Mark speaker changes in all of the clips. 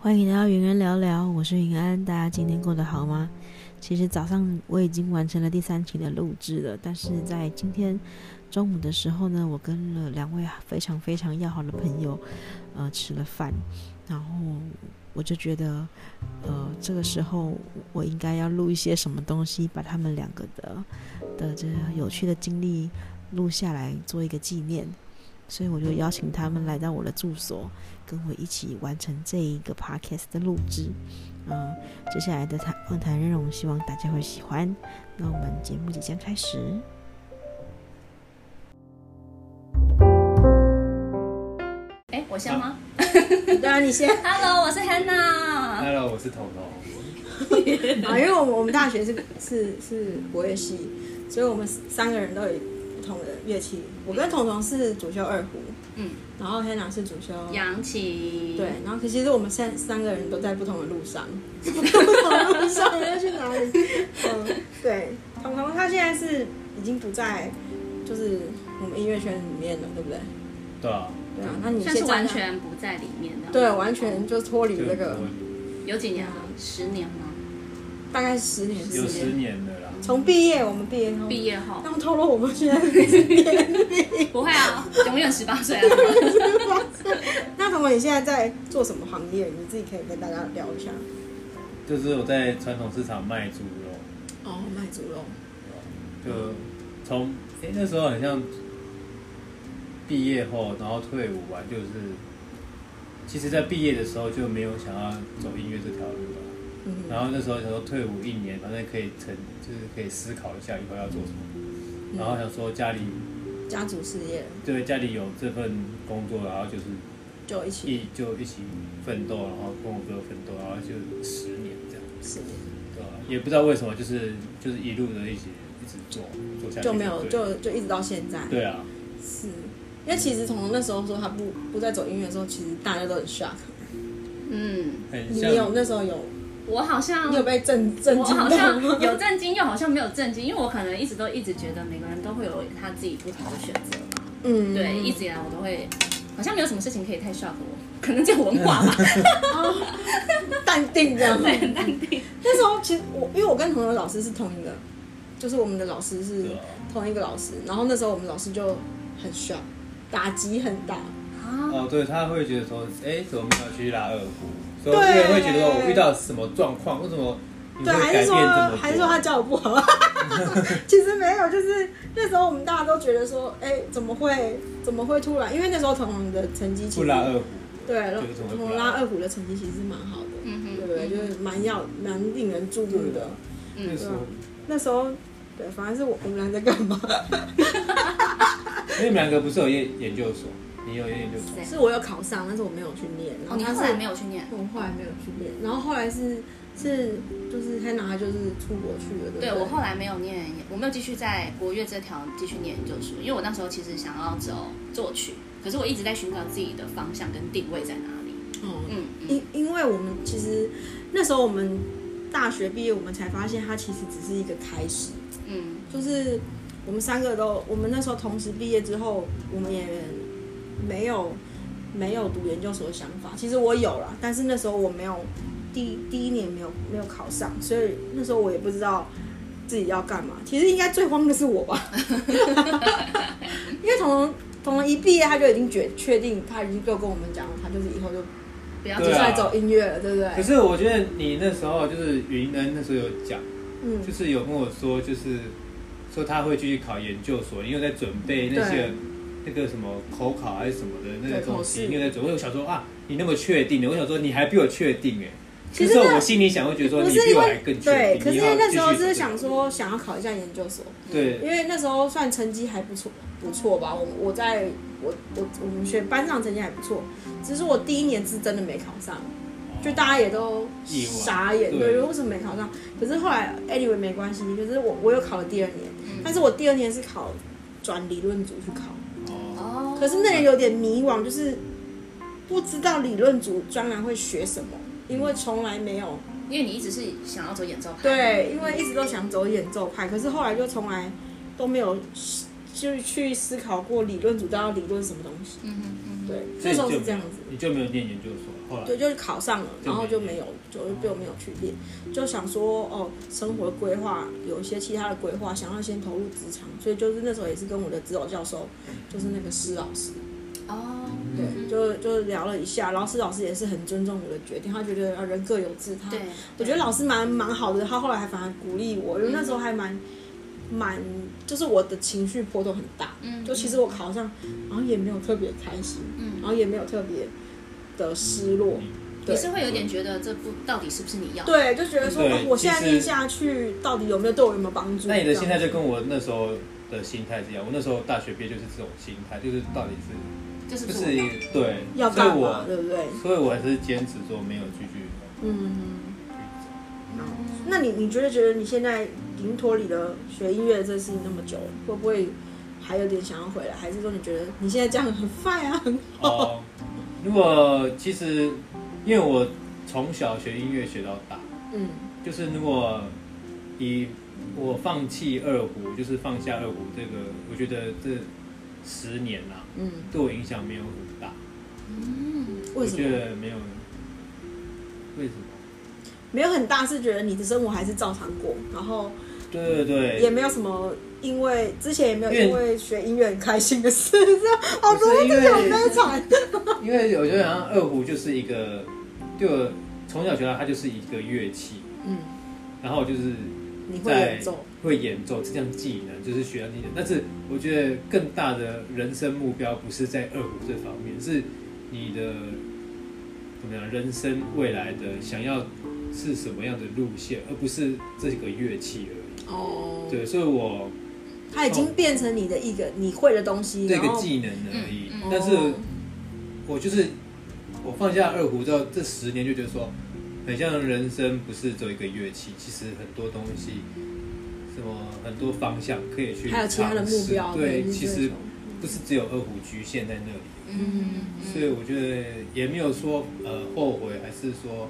Speaker 1: 欢迎来到云安聊聊，我是云安，大家今天过得好吗？其实早上我已经完成了第三期的录制了，但是在今天中午的时候呢，我跟了两位非常非常要好的朋友，呃，吃了饭，然后我就觉得，呃，这个时候我应该要录一些什么东西，把他们两个的的这有趣的经历录下来，做一个纪念。所以我就邀请他们来到我的住所，跟我一起完成这一个 podcast 的录制。嗯，接下来的谈论坛内容，希望大家会喜欢。那我们节目即将开始。
Speaker 2: 哎，我先吗、
Speaker 1: 对啊，你先
Speaker 2: h e l l o 我是 Hannah。
Speaker 3: Hello，我是彤彤。
Speaker 4: 啊，因为我们我们大学是是是国乐系，所以我们三个人都有不同的乐器。我跟彤彤是主修二胡，
Speaker 2: 嗯，
Speaker 4: 然后 Hannah 是主修
Speaker 2: 杨琪。
Speaker 4: 对，，然后可其实我们三三个人都在不同的路 上，不同的路上要去哪里？嗯，对，彤彤他现在是已经不在，就是我们音乐圈里面了，对不对？
Speaker 3: 对啊，
Speaker 4: 对啊，那你
Speaker 2: 算
Speaker 4: 现
Speaker 2: 是
Speaker 4: 在
Speaker 2: 完全不在里面的。
Speaker 4: 对完全就脱离
Speaker 3: 就
Speaker 4: 这个，
Speaker 3: 我
Speaker 2: 有几年了？十年吗？
Speaker 4: 嗯大概十年时
Speaker 3: 有十
Speaker 4: 间，
Speaker 3: 年了啦。
Speaker 4: 从毕业我们毕业后，
Speaker 2: 毕业后
Speaker 4: 那么透露我们现在是年龄。
Speaker 2: 不会 啊，永远十八岁啊。
Speaker 4: 那彤彤，你现在在做什么行业？你自己可以跟大家聊一下。
Speaker 3: 就是我在传统市场卖猪肉，
Speaker 4: 哦，卖猪肉。
Speaker 3: 就从哎、那时候很像毕业后，然后退伍完，就是其实在毕业的时候就没有想要走音乐这条路了。
Speaker 4: 嗯
Speaker 3: 然后那时候想说退伍一年，反正可以成，就是可以思考一下以后要做什么。然后想说家里
Speaker 4: 哼，家族事业
Speaker 3: 对家里有这份工作，然后就是
Speaker 4: 就一起
Speaker 3: 一就一起奋斗，然后跟我哥奋斗，然后就十年这样。
Speaker 4: 事业，
Speaker 3: 对啊，也不知道为什么，就是就是一路的一起一直做做下去，
Speaker 4: 就没有
Speaker 3: 对
Speaker 4: 就就一直到现在。，
Speaker 3: 对啊，
Speaker 4: 是因为其实彤彤那时候说他不不再走音乐的时候，其实大家都很 shock。
Speaker 2: 嗯，
Speaker 3: 很
Speaker 4: 你
Speaker 3: 像
Speaker 4: 有那时候有
Speaker 2: 我好像
Speaker 4: 你有被震震
Speaker 2: 我
Speaker 4: 惊
Speaker 2: 好
Speaker 4: 到
Speaker 2: 像
Speaker 4: 吗？
Speaker 2: 有震惊，又好像没有震惊，因为我可能一直都一直觉得每个人都会有他自己不同的选择嘛。
Speaker 4: 嗯
Speaker 2: 对，一直以来我都会，好像没有什么事情可以太 shock 我，可能就文化 吧，
Speaker 4: 淡定这样。
Speaker 2: 对，很淡定。
Speaker 4: 那时候其实我因为我跟彤彤老师是同一个，就是我们的老师是
Speaker 3: 对啊
Speaker 4: 同一个老师，然后那时候我们老师就很 shock，打击很大。嗯
Speaker 2: 啊，
Speaker 3: 哦，对，他会觉得说，哎，怎么没有去拉二胡？所以
Speaker 4: 对
Speaker 3: 我也会觉得我遇到什么状况，为什么你
Speaker 4: 对，
Speaker 3: 会
Speaker 4: 还
Speaker 3: 改变
Speaker 4: 是
Speaker 3: 这
Speaker 4: 说
Speaker 3: 么多？
Speaker 4: 还是说他教我不好？ 其实没有，就是那时候我们大家都觉得说，哎、怎么会怎么会突然？因为那时候彤彤的成绩其
Speaker 3: 不
Speaker 4: 实
Speaker 3: 拉二胡？
Speaker 4: 对，
Speaker 3: 就是怎么会
Speaker 4: 彤
Speaker 3: 不拉
Speaker 4: 彤拉二胡的成绩其实是蛮好的，
Speaker 2: 嗯哼
Speaker 4: 对不对？就是蛮要蛮令人注目的。
Speaker 3: 那时候，
Speaker 4: 那时候对，反正是我我们俩在干嘛？
Speaker 3: 因为你们两个不是有研研究所，你有研究所，
Speaker 2: 谁
Speaker 4: 是我有考上，但是我没有去念。然
Speaker 2: 哦，
Speaker 4: 后
Speaker 2: 你
Speaker 4: 他
Speaker 2: 后
Speaker 4: 是
Speaker 2: 来没有去念？
Speaker 4: 我后来没有去念，然后后来是是就是他拿就是出国去了，对不
Speaker 2: 对我后来没有念，我没有继续在国乐这条继续念研究所，因为我那时候其实想要走作曲，可是我一直在寻找自己的方向跟定位在哪里。
Speaker 4: 哦，
Speaker 2: 嗯嗯，
Speaker 4: 因因为我们其实那时候我们大学毕业，我们才发现它其实只是一个开始，
Speaker 2: 嗯
Speaker 4: 就是我们三个都，我们那时候同时毕业之后，我们也没有没有读研究所的想法。其实我有啦，但是那时候我没有第第一年没有没有考上，所以那时候我也不知道自己要干嘛。其实应该最慌的是我吧， 因为从从一毕业他就已经决确定，他已经就跟我们讲了，他就是以后就
Speaker 2: 不要
Speaker 3: 对
Speaker 4: 就
Speaker 3: 啊
Speaker 4: 出来走音乐了，对不
Speaker 3: 可
Speaker 4: 对？
Speaker 3: 是我觉得你那时候就是云恩那时候有讲，
Speaker 4: 嗯，
Speaker 3: 就是有跟我说，就是说他会去考研究所，因为在准备那些
Speaker 4: 对
Speaker 3: 那个什么口考还是什么的那个
Speaker 4: 对
Speaker 3: 东
Speaker 4: 口
Speaker 3: 西，
Speaker 4: 试
Speaker 3: 因为在准备。我想说啊，你那么确定的，我想说你还比我确定哎。
Speaker 4: 其
Speaker 3: 那
Speaker 4: 实
Speaker 3: 时候
Speaker 4: 那
Speaker 3: 我心里想，会觉得说
Speaker 4: 不
Speaker 3: 你
Speaker 4: 是
Speaker 3: 比
Speaker 4: 因
Speaker 3: 我还
Speaker 4: 为
Speaker 3: 更确定。
Speaker 4: 对，可是
Speaker 3: 你
Speaker 4: 因
Speaker 3: 要
Speaker 4: 为那时候
Speaker 3: 继续
Speaker 4: 只是
Speaker 3: 走
Speaker 4: 想说想要考一下研究所，因
Speaker 3: 对，
Speaker 4: 为那时候算成绩还不错，不错吧？我我在我我我们学班上成绩还不错，只是我第一年是真的没考上，就大家也都
Speaker 3: 意外
Speaker 4: 傻眼，
Speaker 3: 对
Speaker 4: 对，为什么没考上？可是后来 anyway 没关系，就是我我有考了第二年，
Speaker 2: 嗯
Speaker 3: 嗯
Speaker 4: 但是我第二年是考转理论组去考，
Speaker 3: 哦，
Speaker 2: 哦，
Speaker 4: 可是那年有点迷惘，就是不知道理论组专栏会学什么，因为从来没有。
Speaker 2: 因为你一直是想要走
Speaker 4: 啊
Speaker 2: 演奏派，
Speaker 4: 对，因为一直都想走演奏派，可是后来就从来都没有实去去思考过理论组到底要理论什么东西。
Speaker 2: 嗯哼嗯哼，
Speaker 4: 对，
Speaker 3: 所
Speaker 4: 那
Speaker 3: 以
Speaker 4: 时候
Speaker 3: 就是
Speaker 4: 这样子。
Speaker 3: 你就没有念研究所，后来
Speaker 4: 对，就是考上了，
Speaker 3: 就没
Speaker 4: 然后就没有，就被我没有去练，就想说哦，生活规划有一些其他的规划，想要先投入职场，所以就是那时候也是跟我的指导教授，就是那个施老师，
Speaker 2: 哦，
Speaker 4: 对，就就聊了一下，然后施老师也是很尊重我的决定，他觉得啊人各有志，他
Speaker 2: 对，
Speaker 4: 我觉得老师蛮蛮好的，他后来还反而鼓励我，因为那时候还蛮蛮就是我的情绪波动很大，
Speaker 2: 嗯，
Speaker 4: 就其实我考上，然后也没有特别开心，
Speaker 2: 嗯，
Speaker 4: 然后也没有特别的失落。
Speaker 3: 嗯
Speaker 4: 对
Speaker 2: 你是会有点觉得这不到底是不是你要的？
Speaker 4: 对，就觉得说、
Speaker 3: 对
Speaker 4: 啊我现在
Speaker 3: 其实
Speaker 4: 念下去到底有没有对我有没有帮助？
Speaker 3: 那你的心态
Speaker 4: 这
Speaker 3: 就
Speaker 4: 样
Speaker 3: 跟我那时候的心态是一样，我那时候大学毕业就是这种心态，就是到底是
Speaker 2: 就是
Speaker 3: 就
Speaker 2: 不
Speaker 3: 是
Speaker 2: 是我
Speaker 3: 对，
Speaker 4: 要
Speaker 3: 所以
Speaker 4: 干
Speaker 3: 我
Speaker 4: 嘛，对不对？
Speaker 3: 所以我还是坚持说没有继续
Speaker 4: 嗯，
Speaker 3: 去走
Speaker 4: 那你你觉得觉得你现在已经脱离了学音乐这事情那么久了，会不会还有点想要回来？还是说你觉得你现在这样很 fine 啊？很
Speaker 3: 哦。如果其实因为我从小学音乐学到大，
Speaker 4: 嗯
Speaker 3: 就是如果以我放弃二胡，就是放下二胡这个，我觉得这十年啊，
Speaker 4: 嗯，
Speaker 3: 对我影响没有很大。
Speaker 2: 嗯，
Speaker 4: 为什
Speaker 3: 我觉
Speaker 4: 么
Speaker 3: 得没有。为什么？
Speaker 4: 没有很大？是觉得你的生活还是照常过，然后
Speaker 3: 对对对，
Speaker 4: 也没有什么。因为之前也没有因
Speaker 3: 因
Speaker 4: 为学音乐很开心的事，这样好
Speaker 3: 不
Speaker 4: 多
Speaker 3: 是因
Speaker 4: 很
Speaker 3: 为
Speaker 4: 悲惨。
Speaker 3: 因为我觉得好像二胡就是一个，对我从小学到它就是一个乐器，
Speaker 4: 嗯，
Speaker 3: 然后我就是
Speaker 4: 你会
Speaker 3: 在
Speaker 4: 演奏？
Speaker 3: 会演奏这项技能，就是学到技能。但是我觉得更大的人生目标不是在二胡这方面，是你的怎么样人生未来的想要是什么样的路线，而不是这个乐器而已。
Speaker 4: 哦，
Speaker 3: 对，所以我
Speaker 4: 它已经变成你的一个你会的东西，
Speaker 3: 这
Speaker 4: 然
Speaker 3: 个
Speaker 4: 后
Speaker 3: 技能而已
Speaker 2: 嗯嗯。
Speaker 3: 但
Speaker 4: 哦
Speaker 3: 是我就是我放下二胡之后，这十年就觉得说，很像人生不是只有一个乐器，其实很多东西，什么很多方向可以去
Speaker 4: 还有其他的
Speaker 3: 尝试
Speaker 4: 目标，
Speaker 3: 对，
Speaker 4: 可以
Speaker 3: 其
Speaker 4: 去追
Speaker 3: 实
Speaker 4: 求
Speaker 3: 不是只有二胡局限在那里，
Speaker 2: 嗯，
Speaker 3: 所以我觉得也没有说呃后悔，还是说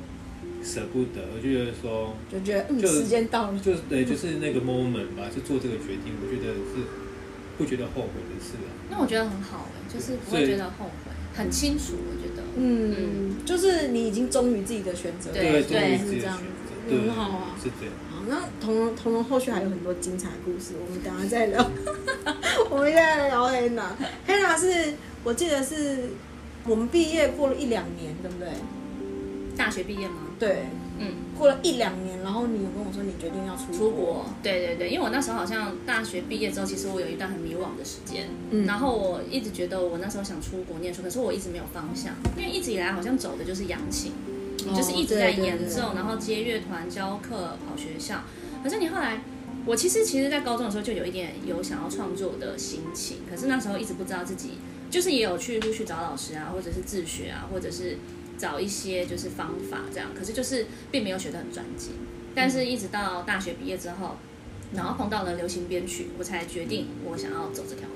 Speaker 3: 舍不得，我觉得说。
Speaker 4: 就觉得嗯，
Speaker 3: 就
Speaker 4: 时间到了，
Speaker 3: 就是对，就是那个 moment 吧，就做这个决定，我觉得是不觉得后悔的事啊。
Speaker 2: 那我觉得很好哎，就是不会觉得后悔，很清楚，我觉得。
Speaker 4: 嗯，就是你已经忠于自己的选择，
Speaker 2: 对
Speaker 3: 对，
Speaker 2: 对
Speaker 3: 是
Speaker 4: 是
Speaker 3: 这
Speaker 4: 这
Speaker 3: 样
Speaker 4: 样
Speaker 3: 子
Speaker 4: 子，
Speaker 3: 对
Speaker 4: 很好啊
Speaker 3: 是这样。
Speaker 4: 好，那彤彤彤彤后续还有很多精彩故事，我们等下再聊。 我们现在来聊黑娜，黑娜是我记得是我们毕业过了一两年，对不对？
Speaker 2: 大学毕业吗？
Speaker 4: 对，
Speaker 2: 嗯，
Speaker 4: 过了一两年，然后你有跟我说你决定要出
Speaker 2: 出国。对对对，因为我那时候好像大学毕业之后，其实我有一段很迷惘的时间，
Speaker 4: 嗯
Speaker 2: 然后我一直觉得我那时候想出国念书，可是我一直没有方向，因为一直以来好像走的就是扬琴，
Speaker 4: 哦
Speaker 2: 就是一直在演
Speaker 4: 对对对
Speaker 2: 奏，然后接乐团、教课、跑学校。可是你后来，我其实其实，在高中的时候就有一点有想要创作的心情，可是那时候一直不知道自己，就是也有去陆续找老师啊，或者是自学啊，或者是找一些就是方法这样，可是就是并没有学得很专精。但
Speaker 4: 嗯
Speaker 2: 是一直到大学毕业之后，然后碰到了流行编曲，我才决定我想要走这条路。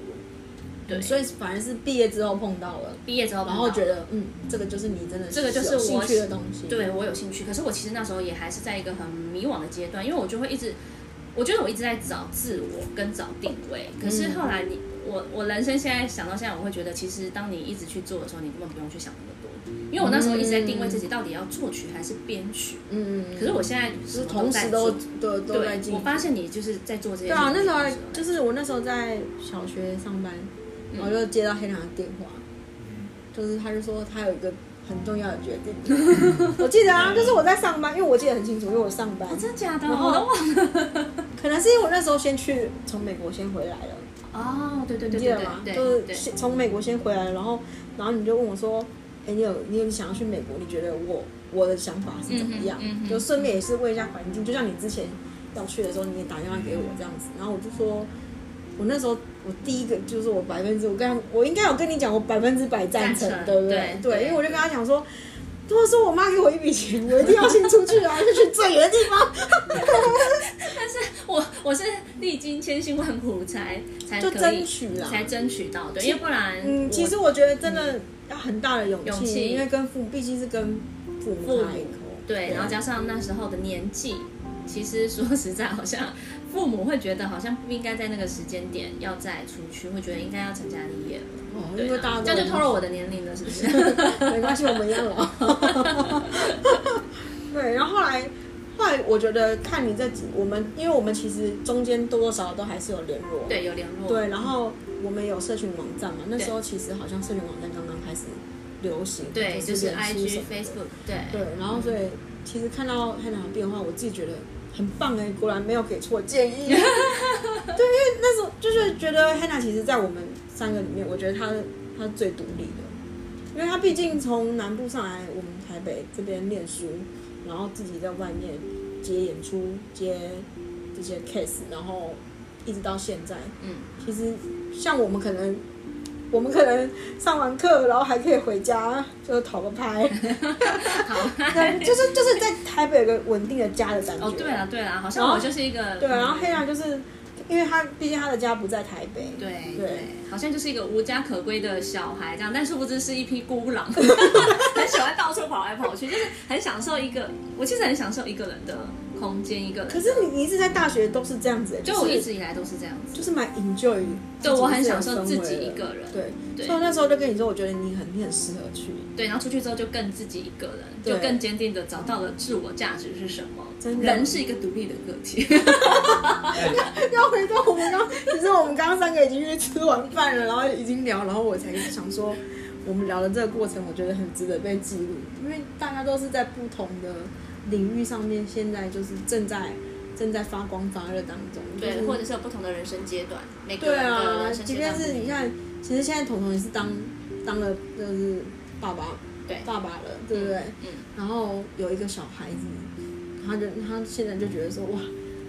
Speaker 2: 对，
Speaker 4: 嗯所以反而是毕业之后碰到了。
Speaker 2: 毕业之后碰
Speaker 4: 然
Speaker 2: 到，
Speaker 4: 后觉得嗯，这个就是你真的
Speaker 2: 这个就是
Speaker 4: 有
Speaker 2: 我
Speaker 4: 兴趣的东西，，
Speaker 2: 对我有兴趣，可是我其实那时候也还是在一个很迷惘的阶段，因为我就会一直，我觉得我一直在找自我跟找定位。
Speaker 4: 嗯
Speaker 2: 可是后来你，我我人生现在想到现在，我会觉得其实当你一直去做的时候，你根本不用去想那么多，因为我那时候一直在定位自己到底要作曲还是编曲。
Speaker 4: 嗯，
Speaker 2: 可是我现在
Speaker 4: 就
Speaker 2: 什
Speaker 4: 是
Speaker 2: 么
Speaker 4: 同时
Speaker 2: 在
Speaker 4: 都
Speaker 2: 做
Speaker 4: 都都在
Speaker 2: 对，
Speaker 4: 进
Speaker 2: 我发现你就是在做这些事情的时
Speaker 4: 对啊
Speaker 2: 候。，
Speaker 4: 那时候还就是我那时候在小学上班，然后就接到黑糖的电话，
Speaker 3: 嗯，
Speaker 4: 就是他就说他有一个很重要的决定， 我记得啊，就是我在上班，因为我记得很清楚，因为我上班
Speaker 2: 哦，真的假的？
Speaker 4: 然后
Speaker 2: 我都忘了。
Speaker 4: 可能是因为我那时候先去从美国先回来了，
Speaker 2: 哦，对对
Speaker 4: 你
Speaker 2: 对
Speaker 4: 记
Speaker 2: 对
Speaker 4: 得吗？
Speaker 2: 对，
Speaker 4: 就是
Speaker 2: 对
Speaker 4: 先从美国先回来，然后然后你就问我说，哎，你有你有想要去美国？你觉得我我的想法是怎么样？
Speaker 2: 嗯哼嗯哼
Speaker 4: 就顺便也是问一下环境，就像你之前要去的时候，你也打电话给我这样子，然后我就说。我那时候，我第一个就是我百分之，我跟他我应该有跟你讲，我百分之百赞成，
Speaker 2: 赞成
Speaker 4: 对不
Speaker 2: 对
Speaker 4: 对，
Speaker 2: 对
Speaker 4: 因为我就跟他讲说，如果说我妈给我一笔钱，我一定要先出去啊，就去最远的地方，
Speaker 2: 我我是历经千辛万苦才才
Speaker 4: 就
Speaker 2: 可以
Speaker 4: 争取啦，
Speaker 2: 才争取到的，因为不然，
Speaker 4: 嗯，其实我觉得真的要很大的勇气，
Speaker 2: 勇气
Speaker 4: 因为跟父毕竟是跟父母
Speaker 2: 父母
Speaker 4: 开口，
Speaker 2: 对，然后加上那时候的年纪，其实说实在，好像父母会觉得好像不应该在那个时间点要再出去，会觉得应该要成家立业了。
Speaker 4: 哦，
Speaker 2: 对
Speaker 4: 因为大
Speaker 2: 啊
Speaker 4: 家，
Speaker 2: 这样就透露我的年龄了，是不是？
Speaker 4: 没关系，我们一样老。对，然后后来后来，我觉得看你这几我们，因为我们其实中间多多少少都还是有联络。
Speaker 2: 对，有联络。
Speaker 4: 对，然后我们有社群网站嘛，那
Speaker 2: 对
Speaker 4: 时候其实好像社群网站刚刚开始流行，
Speaker 2: 对，就
Speaker 4: 就是脸书
Speaker 2: IG
Speaker 4: 什、么的
Speaker 2: Facebook，对，
Speaker 4: 对，然后所以其实看到汉娜的变化，我自己觉得很棒哎、果然没有给错建议。对，因 为那时候就是觉得汉娜其实，在我们三个里面，我觉得她她是最独立的，因为她毕竟从南部上来，我们台北这边念书，然后自己在外面接演出、接这些 case，然后一直到现在，
Speaker 2: 嗯，
Speaker 4: 其实像我们可能，我们可能上完课，然后还可以回家，就讨个拍， 对，就是就是在台北有个稳定的家的感 觉。
Speaker 2: 哦，对
Speaker 4: 啊，
Speaker 2: 了对了，好像
Speaker 4: 然
Speaker 2: 我
Speaker 4: 后
Speaker 2: 就是一个
Speaker 4: 对，啊然后黑狼就是，因为他毕竟他的家不在台北，
Speaker 2: 对
Speaker 4: 对
Speaker 2: 对，好像就是一个无家可归的小孩这样，但殊不知是一匹孤狼， 很喜欢到处跑来跑去，就是很享受一个，我其实很享受一个人的空间，一个人的。
Speaker 4: 可是你你一直在大学都是这样子、
Speaker 2: 就是我一直以来都是这样子，
Speaker 4: 就是蛮 enjoy，
Speaker 2: 对我很享受
Speaker 4: 自己
Speaker 2: 自
Speaker 4: 的氛围
Speaker 2: 己
Speaker 4: 了
Speaker 2: 一个人，
Speaker 4: 对，
Speaker 2: 对
Speaker 4: 所以我那时候就跟你说，我觉得你很你很适合去，
Speaker 2: 对，然后出去之后就更自己一个人，
Speaker 4: 对
Speaker 2: 就更坚定的找到了自我价值是什么。
Speaker 4: 真的
Speaker 2: 人是一个独立的个体，
Speaker 4: 要回到我们刚，其实我们刚刚三个已经去吃完饭了，然后已经聊，然后我才想说，我们聊的这个过程，我觉得很值得被记录，因为大家都是在不同的领域上面，现在就是正在正在发光发热当中，就
Speaker 2: 对，
Speaker 4: 是
Speaker 2: 或者是有不同的人生阶段，每个
Speaker 4: 对
Speaker 2: 人的
Speaker 4: 啊，
Speaker 2: 人生
Speaker 4: 即
Speaker 2: 阶段
Speaker 4: 便
Speaker 2: 不
Speaker 4: 是
Speaker 2: 一
Speaker 4: 你
Speaker 2: 样。
Speaker 4: 看，其实现在彤彤也是当当了就是爸爸，
Speaker 2: 对
Speaker 4: 爸爸了，对不对？
Speaker 2: 嗯
Speaker 4: 然后有一个小孩子，他就他现在就觉得说哇，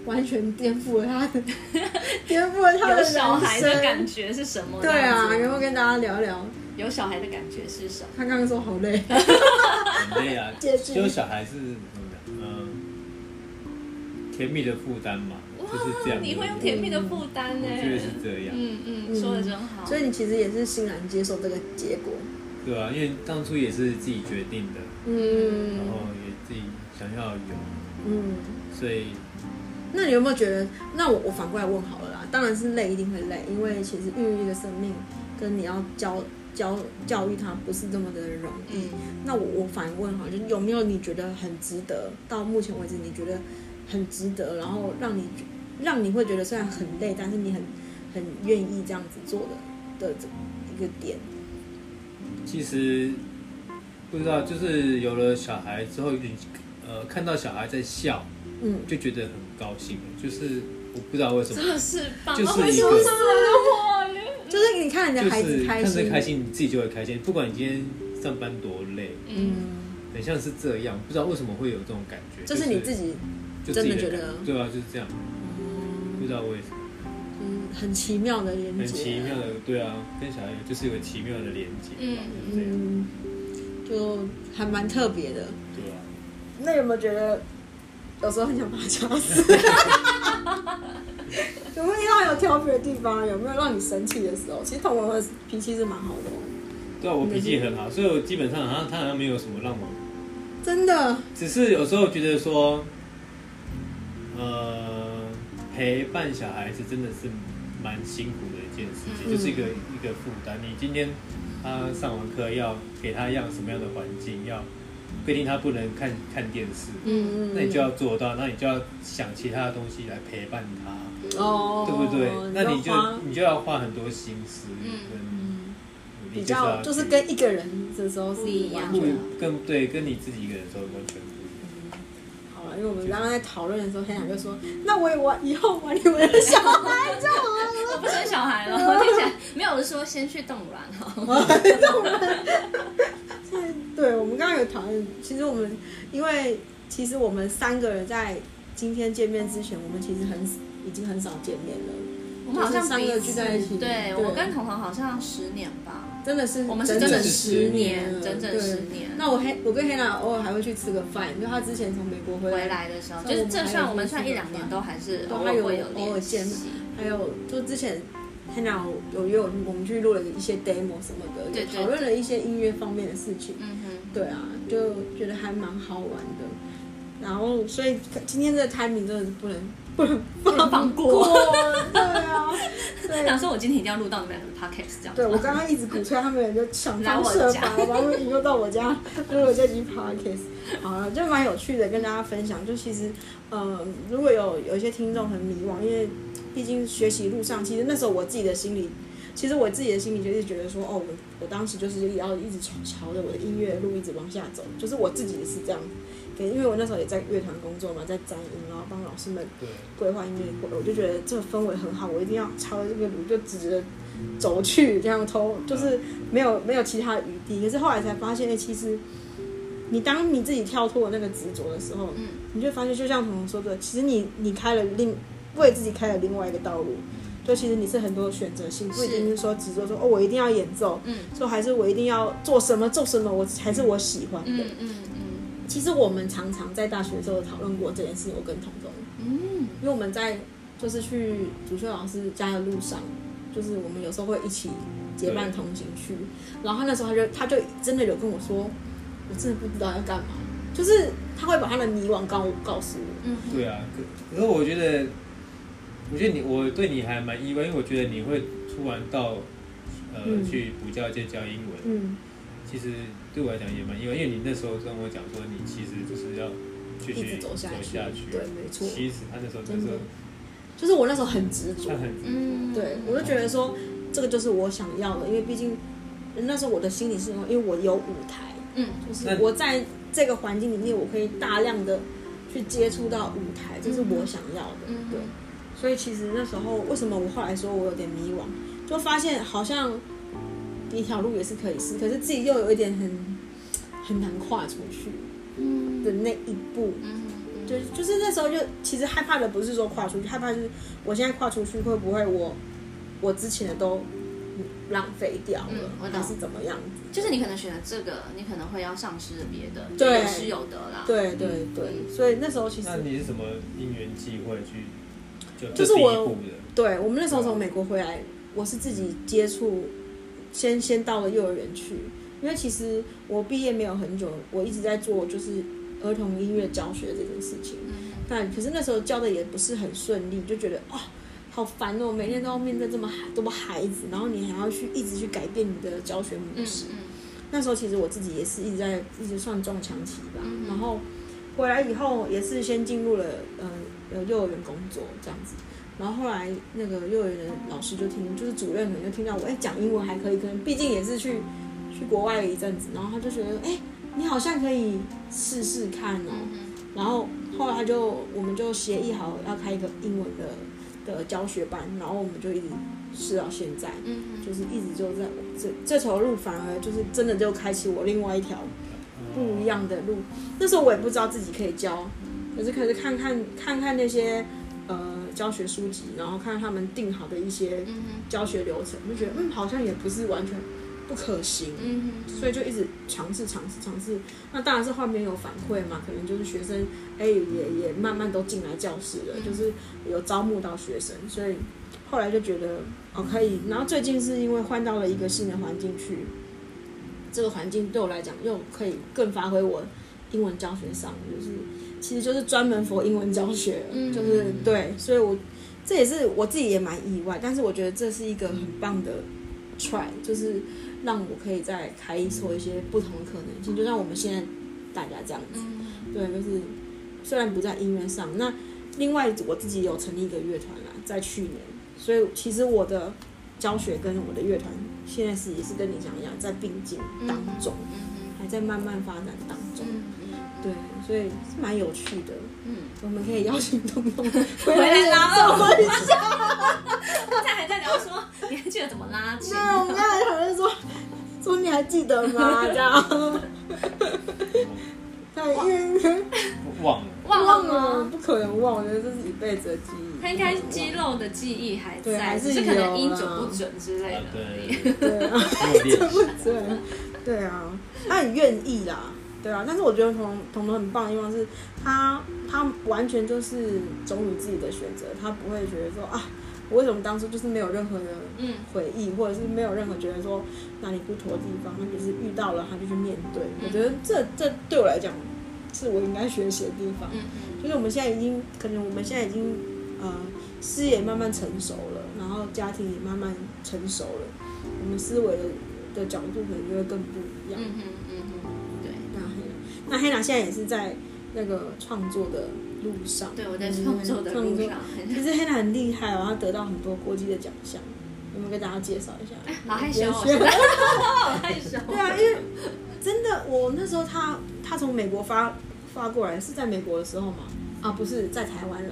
Speaker 4: 完全颠覆了他的， 颠覆了他的
Speaker 2: 有小孩的感
Speaker 4: 觉。
Speaker 2: 觉是什么？
Speaker 4: 对啊，
Speaker 2: 这样
Speaker 4: 然
Speaker 2: 子
Speaker 4: 后跟大家聊聊，
Speaker 2: 有小孩的感觉是什么？
Speaker 4: 他刚刚说好 累，
Speaker 2: 嗯
Speaker 3: 很累啊。
Speaker 4: 戒指
Speaker 3: 就小孩是怎么讲？嗯，甜蜜的负担嘛，就是这样。
Speaker 2: 你会用甜蜜的负担呢？
Speaker 3: 我觉得是这样，
Speaker 2: 嗯嗯，说的真好。
Speaker 4: 所以你其实也是欣然接受这个结果。
Speaker 3: 对啊，因为当初也是自己决定的，然
Speaker 4: 嗯
Speaker 3: 后也自己想要有，
Speaker 4: 嗯。
Speaker 3: 所以
Speaker 4: 那你有没有觉得？那我我反过来问好了啦，当然是累，一定会累，因为其实孕育一个生命，跟你要教教教育他不是这么的容易。
Speaker 2: 嗯，
Speaker 4: 那我我反问好，就有没有你觉得很值得？到目前为止，你觉得很值得，然后让你让你会觉得虽然很累，但是你很很愿意这样子做的的这一个点。
Speaker 3: 其实不知道，就是有了小孩之后，你呃看到小孩在笑，
Speaker 4: 嗯，
Speaker 3: 就觉得很高兴，就是我不知道为什么
Speaker 2: 真。的是爸
Speaker 3: 就是
Speaker 2: 妈会
Speaker 3: 一
Speaker 2: 说
Speaker 3: 个
Speaker 2: 死我了。
Speaker 4: 就是你看人
Speaker 3: 就
Speaker 4: 家孩子
Speaker 3: 是
Speaker 4: 开
Speaker 3: 看着
Speaker 4: 心，
Speaker 3: 开心，你自己就会开心。不管你今天上班多累，
Speaker 2: 嗯，
Speaker 3: 很像是这样，不知道为什么会有这种感觉。
Speaker 4: 这是你自己
Speaker 3: 就
Speaker 4: 真的
Speaker 3: 自己
Speaker 4: 觉得
Speaker 3: 感对啊，就是这样，不知道为什么，
Speaker 4: 嗯很奇妙的连接，
Speaker 3: 很奇妙的，对啊，跟小孩就是有个奇妙的连接，
Speaker 2: 嗯
Speaker 3: 就是这样，
Speaker 4: 嗯，就还蛮特别的。
Speaker 3: 对啊。
Speaker 4: 那有没有觉得有时候很想把它掐死？ 有没有遇到有调皮的地方？有没有让你生气的时候？其实童文的脾气是蛮好的哦，
Speaker 3: 对啊，我脾气也很好，所以我基本上好像他好像没有什么让我，
Speaker 4: 真的。
Speaker 3: 只是有时候觉得说，呃，陪伴小孩子真的是蛮辛苦的一件事情，
Speaker 2: 嗯
Speaker 3: 就是一个一个负担。你今天他上完课要给他让什么样的环境，要规定他不能看看电视，
Speaker 4: 嗯
Speaker 3: 那你就要做到，那你就要想其他的东西来陪伴他，
Speaker 4: 哦，
Speaker 3: 对不对？那你
Speaker 4: 要花
Speaker 3: 就你就要花很多心思
Speaker 4: 嗯
Speaker 3: 跟努力，
Speaker 4: 比较就是
Speaker 3: 要去
Speaker 4: 跟一个人的时候是
Speaker 2: 不一样
Speaker 4: 完
Speaker 3: 不
Speaker 4: 全
Speaker 3: 跟对跟你自己一个人的时候完全不一样。
Speaker 4: 好了，因为我们刚刚在讨论的时候，黑长就说：“那我也玩，以后玩你们的小孩就好了。”
Speaker 2: 嗯我不生小孩了， 我听起来没有我是说先去冻卵哦哈。
Speaker 4: 对，我们刚刚有讨论，其实我们因为其实我们三个人在今天见面之前，我们其实很已经很少见面了，
Speaker 2: 我们好像
Speaker 4: 三个聚在一起
Speaker 2: 对
Speaker 4: 对
Speaker 2: 我跟彤彤好像十年吧，
Speaker 4: 真的是
Speaker 2: 我们是
Speaker 4: 整
Speaker 2: 整
Speaker 4: 十了
Speaker 2: 整整
Speaker 4: 对
Speaker 2: 十年。
Speaker 4: 那我黑我跟黑娜偶尔还会去吃个饭，就她之前从美国回来，
Speaker 2: 回来的时候，
Speaker 4: 所
Speaker 2: 就
Speaker 4: 以我
Speaker 2: 是
Speaker 4: 们
Speaker 2: 这
Speaker 4: 还
Speaker 2: 算
Speaker 4: 有
Speaker 2: 我们
Speaker 4: 互
Speaker 2: 算
Speaker 4: 相
Speaker 2: 一
Speaker 4: 的
Speaker 2: 两年
Speaker 4: 饭
Speaker 2: 都还是
Speaker 4: 都
Speaker 2: 偶
Speaker 4: 还
Speaker 2: 尔
Speaker 4: 有
Speaker 2: 会有
Speaker 4: 偶尔
Speaker 2: 联
Speaker 4: 见
Speaker 2: 系。
Speaker 4: 还有就之前黑娜有约我我们去录了一些 demo 什么的，
Speaker 2: 对
Speaker 4: 也
Speaker 2: 对
Speaker 4: 讨论了一些音乐方面的事情。
Speaker 2: 嗯哼，
Speaker 4: 对啊，就觉得还蛮好玩的。然后所以今天这个 timing 真的是不能
Speaker 2: 不能放过。
Speaker 4: 对啊，对
Speaker 2: 想说我今天一定要录到你们两个的 podcast 这样子
Speaker 4: 对，
Speaker 2: 吗。
Speaker 4: 我刚刚一直鼓吹他们人就想
Speaker 2: 来
Speaker 4: 方
Speaker 2: 我
Speaker 4: 设
Speaker 2: 家
Speaker 4: 法把他们引诱到我家， 录了这集 podcast。好了，就蛮有趣的，跟大家分享。就其实，呃，如果有有一些听众很迷惘，因为毕竟学习路上，其实那时候我自己的心里，其实我自己的心里就是觉得说，哦，我我当时就是要一直朝朝着我的音乐路一直往下走，就是我自己也是这样。对，因为我那时候也在乐团工作嘛，在展音，然后帮老师们
Speaker 3: 对，
Speaker 4: 规划音乐会，我就觉得这个氛围很好，我一定要朝着这个路就直着走去，这样偷
Speaker 2: 嗯
Speaker 4: 就是没有没有其他余地。可是后来才发现，哎、其实你当你自己跳脱那个执着的时候，
Speaker 2: 嗯
Speaker 4: 你就会发现，就像彤彤说的，其实你你开了另为自己开了另外一个道路，就其实你是很多选择性，不一定是说执着说哦，我一定要演奏，
Speaker 2: 嗯
Speaker 4: 说还是我一定要做什么做什么，我还是我喜欢的。
Speaker 2: 嗯嗯嗯
Speaker 4: 其实我们常常在大学的时候讨论过这件事，我跟彤彤。
Speaker 2: 嗯，
Speaker 4: 因为我们在就是去主修老师家的路上，就是我们有时候会一起结伴同行去。然后他那时候他就他就真的有跟我说，我真的不知道要干嘛，就是他会把他的迷惘告告诉我。
Speaker 2: 嗯
Speaker 3: 对啊，可可是我觉得，我觉得你我对你还蛮意外，因为我觉得你会突然到呃、
Speaker 4: 嗯
Speaker 3: 去补教界教英文，
Speaker 4: 嗯，
Speaker 3: 其实对我来讲也蛮意外，因为你那时候跟我讲说你其实就是要继
Speaker 4: 一
Speaker 3: 续
Speaker 4: 直走下去
Speaker 3: 去
Speaker 4: 对没错
Speaker 3: 其实他那时候那
Speaker 4: 真
Speaker 3: 时
Speaker 4: 的
Speaker 3: 候，
Speaker 4: 就是我那时候很执着
Speaker 3: 他，很
Speaker 2: 嗯，
Speaker 4: 对我就觉得说这个就是我想要的，因为毕竟那时候我的心理是因为我有舞台，
Speaker 2: 嗯
Speaker 4: 就是
Speaker 3: 那
Speaker 4: 我在这个环境里面，我可以大量的去接触到舞台，这是我想要的。
Speaker 2: 嗯
Speaker 4: 对，所以其实那时候为什么我后来说我有点迷惘，就发现好像一条路也是可以试，可是自己又有一点很很难跨出去
Speaker 2: 嗯
Speaker 4: 的那一步。
Speaker 2: 嗯，
Speaker 4: 就就是那时候就其实害怕的不是说跨出去，害怕就是我现在跨出去会不会我我之前的都浪费掉了，
Speaker 2: 嗯我懂
Speaker 4: 还是怎么样？
Speaker 2: 就是你可能选了这个，你可能会要丧失别的，
Speaker 4: 对
Speaker 2: 有失有得啦。，嗯
Speaker 4: 对对对，所嗯以那时候其实
Speaker 3: 那你是什么因缘际会去就
Speaker 4: 就是
Speaker 3: 这第一
Speaker 4: 我
Speaker 3: 步的？
Speaker 4: 对我们那时候从美国回来，我是自己接触，先先到了幼儿园去，因为其实我毕业没有很久，我一直在做就是儿童音乐教学这件事情。
Speaker 2: 嗯
Speaker 4: 但可是那时候教的也不是很顺利，就觉得哦，好烦哦，每天都要面对这么孩多么孩子，然后你还要去一直去改变你的教学模
Speaker 2: 嗯
Speaker 4: 式。
Speaker 2: 嗯
Speaker 4: 那时候其实我自己也是一直在一直算撞墙期吧，
Speaker 2: 嗯
Speaker 4: 然后回来以后也是先进入了呃呃幼儿园工作这样子，然后后来那个幼儿园的老师就听，就是主任可能就听到我哎讲英文还可以，可能毕竟也是去去国外了一阵子，然后他就觉得哎你好像可以试试看哦，
Speaker 2: 嗯
Speaker 4: 然后后来他就我们就协议好要开一个英文的的教学班，然后我们就一直试到现在。
Speaker 2: 嗯，
Speaker 4: 就是一直就在我这这条路，反而就是真的就开启我另外一条不一样的路。那时候我也不知道自己可以教，可是可是看看看看那些呃教学书籍，然后看看他们定好的一些
Speaker 2: 嗯哼
Speaker 4: 教学流程，就觉得嗯好像也不是完全不可行，
Speaker 2: 嗯哼，
Speaker 4: 所以就一直尝试尝试尝试。那当然是后面有反馈嘛，可能就是学生哎、也也慢慢都进来教室了，
Speaker 2: 嗯
Speaker 4: 就是有招募到学生，所以后来就觉得哦可以。然后最近是因为换到了一个新的环境去，这个环境对我来讲又可以更发挥我英文教学上，就是其实就是专门 for 英文教学，
Speaker 2: 嗯
Speaker 4: 就是对，所以我这也是我自己也蛮意外，但是我觉得这是一个很棒的 try，就是让我可以再开拓一些不同的可能性，就像我们现在大家这样子，
Speaker 2: 嗯
Speaker 4: 对，就是虽然不在音乐上，那另外我自己有成立一个乐团啦，在去年，所以其实我的教学跟我的乐团现在是也是跟你讲一样，在并进当中，
Speaker 2: 嗯
Speaker 4: 还在慢慢发展当中，
Speaker 2: 嗯
Speaker 4: 对，所以是蛮有趣的。
Speaker 2: 嗯，
Speaker 4: 我们可以邀请东 东回
Speaker 2: 回来
Speaker 4: 来
Speaker 2: 拉
Speaker 4: 拉我们一下。
Speaker 2: 刚才还在聊说，你还记得怎么拉琴？
Speaker 4: 对，我们刚才讨论说，说你还记得吗？这样，对，因为
Speaker 3: 我忘了，
Speaker 2: 忘
Speaker 4: 了，
Speaker 2: 了吗？
Speaker 4: 不可能忘，我觉得这是一辈子的记忆。
Speaker 2: 他应该肌肉的记忆还
Speaker 4: 对
Speaker 2: 在，
Speaker 4: 还是
Speaker 2: 只是可能
Speaker 4: 有
Speaker 2: 音
Speaker 4: 啦
Speaker 2: 准不准之类
Speaker 3: 啊
Speaker 2: 的而已。
Speaker 3: 对，
Speaker 4: 对啊，
Speaker 3: 没有练习，
Speaker 4: 对，对啊，他很愿意啦，对啊。但是我觉得彤彤彤很棒的地方是，他他完全就是忠于自己的选择，他不会觉得说啊，我为什么当初就是没有任何的
Speaker 2: 嗯
Speaker 4: 回忆，或者是没有任何觉得说
Speaker 2: 嗯
Speaker 4: 哪里不妥的地方，那就是遇到了他就去面对。我觉得这这对我来讲是我应该学习的地方。
Speaker 2: 嗯嗯，
Speaker 4: 就是我们现在已经，可能我们现在已经，呃，事业慢慢成熟了，然后家庭也慢慢成熟了，我们思维的的角度可能就会更不一样。
Speaker 2: 嗯嗯嗯嗯，对
Speaker 4: 那黑娜，那黑娜现在也是在那个创作的路上。嗯
Speaker 2: 对，我在创作的路上。
Speaker 4: 其实黑娜很厉害哦，她得到很多国际的奖项，有没有跟大家介绍一下？
Speaker 2: 好害羞哦，
Speaker 4: 也
Speaker 2: 现
Speaker 4: 是
Speaker 2: 在 好害羞。哦
Speaker 4: 对啊，因为真的，我那时候他他从美国发发过来是在美国的时候嘛，啊，不是在台湾了。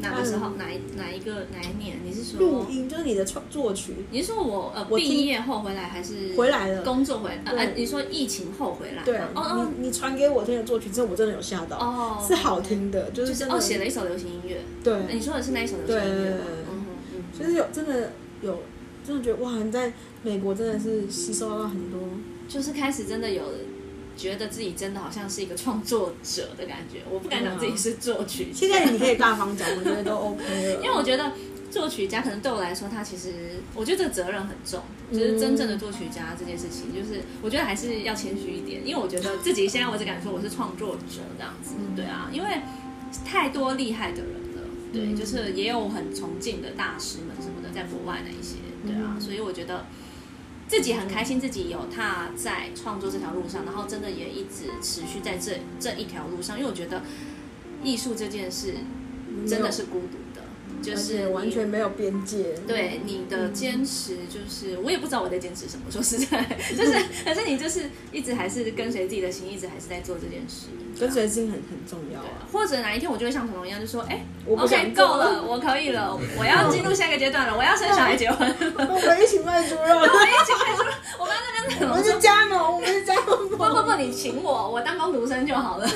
Speaker 2: 哪个时候？哪一哪一个哪一年？你是
Speaker 4: 录
Speaker 2: 说？
Speaker 4: 音就是你的创作曲
Speaker 2: 你是说我呃
Speaker 4: 我听
Speaker 2: 毕业后回来还是
Speaker 4: 回来了，
Speaker 2: 工作回来？呃，
Speaker 4: 对
Speaker 2: 呃你说疫情后回来吗？
Speaker 4: 对，
Speaker 2: 哦
Speaker 4: 你你传给我听的作曲，之后我真的有吓
Speaker 2: 哦
Speaker 4: 到，
Speaker 2: 哦，
Speaker 4: 是好听的，就
Speaker 2: 就是是
Speaker 4: 真的
Speaker 2: 哦，写了一哎首流行音乐。呃
Speaker 4: 对，
Speaker 2: 你说的是那一首流行音乐吗
Speaker 4: 对对对？
Speaker 2: 嗯嗯嗯，
Speaker 4: 就是有真的有真的觉得哇，你在美国真的是吸收到很多，
Speaker 2: 就是开始真的有觉得自己真的好像是一个创作者的感觉。我不敢讲自己是作曲家，
Speaker 4: 啊现在你可以大方讲，我觉得都 OK
Speaker 2: 因
Speaker 4: 了，
Speaker 2: 为我觉得作曲家可能对我来说，他其实我觉得这个责任很重，
Speaker 4: 嗯
Speaker 2: 就是真正的作曲家这件事情，就是我觉得还是要谦虚一点，因为我觉得自己现在我只敢说我是创作者这样子，
Speaker 4: 嗯
Speaker 2: 对啊，因为太多厉害的人了，对，
Speaker 4: 嗯
Speaker 2: 就是也有很崇敬的大师们什么的，在国外那一些，对啊，
Speaker 4: 嗯
Speaker 2: 所以我觉得。自己很开心，自己有踏在创作这条路上，然后真的也一直持续在这这一条路上，因为我觉得艺术这件事真的是孤独的，
Speaker 4: 没有。
Speaker 2: 就
Speaker 4: 而且
Speaker 2: 是
Speaker 4: 完全没有边界，
Speaker 2: 对你的坚持，就是我也不知道我在坚持什么。说实 在，就是反正你就是一直还是跟随自己的心，一直还是在做这件事。
Speaker 4: 跟随性很很重要
Speaker 2: 对
Speaker 4: 啊。
Speaker 2: 啊，或者哪一天我就会像彤彤一样，就说：“哎
Speaker 4: 我不
Speaker 2: ，OK，
Speaker 4: 想
Speaker 2: 够
Speaker 4: 做
Speaker 2: 了，，我可以 了，我要进入下一个阶段了，我要生小孩结婚。哎
Speaker 4: 我们一起卖猪 肉，
Speaker 2: 我刚刚跟
Speaker 4: 我
Speaker 2: 彤
Speaker 4: 们
Speaker 2: 彤
Speaker 4: 是
Speaker 2: 说
Speaker 4: 加盟，我们 是加：“
Speaker 2: 不
Speaker 4: 盟。
Speaker 2: 不不，你请我，我当工读生就 好了。”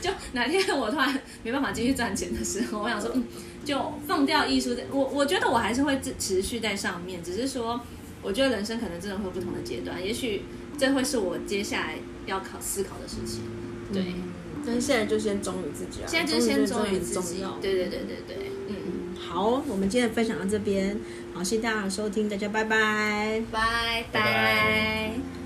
Speaker 2: 就哪天我突然没办法继续赚钱的时候，我想说，嗯，就放掉艺术这。我我觉得我还是会自持续在上面，只是说，我觉得人生可能真的会有不同的阶段，也许这会是我接下来要考思考的事情。对，
Speaker 4: 但是现在就先忠于自己啊，
Speaker 2: 现在就是先忠于
Speaker 4: 于
Speaker 2: 自己。对对对对对，嗯，
Speaker 4: 好，我们今天的分享到这边，好，谢谢大家的收听，大家拜拜。
Speaker 2: 拜
Speaker 3: 拜
Speaker 2: 拜
Speaker 3: 拜